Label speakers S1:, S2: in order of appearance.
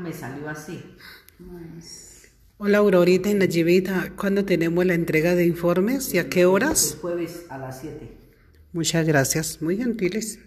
S1: me salió así.
S2: Hola Aurorita y Nayibita, ¿cuándo tenemos la entrega de informes y a qué horas?
S1: El jueves a las 7.
S2: Muchas gracias, muy gentiles.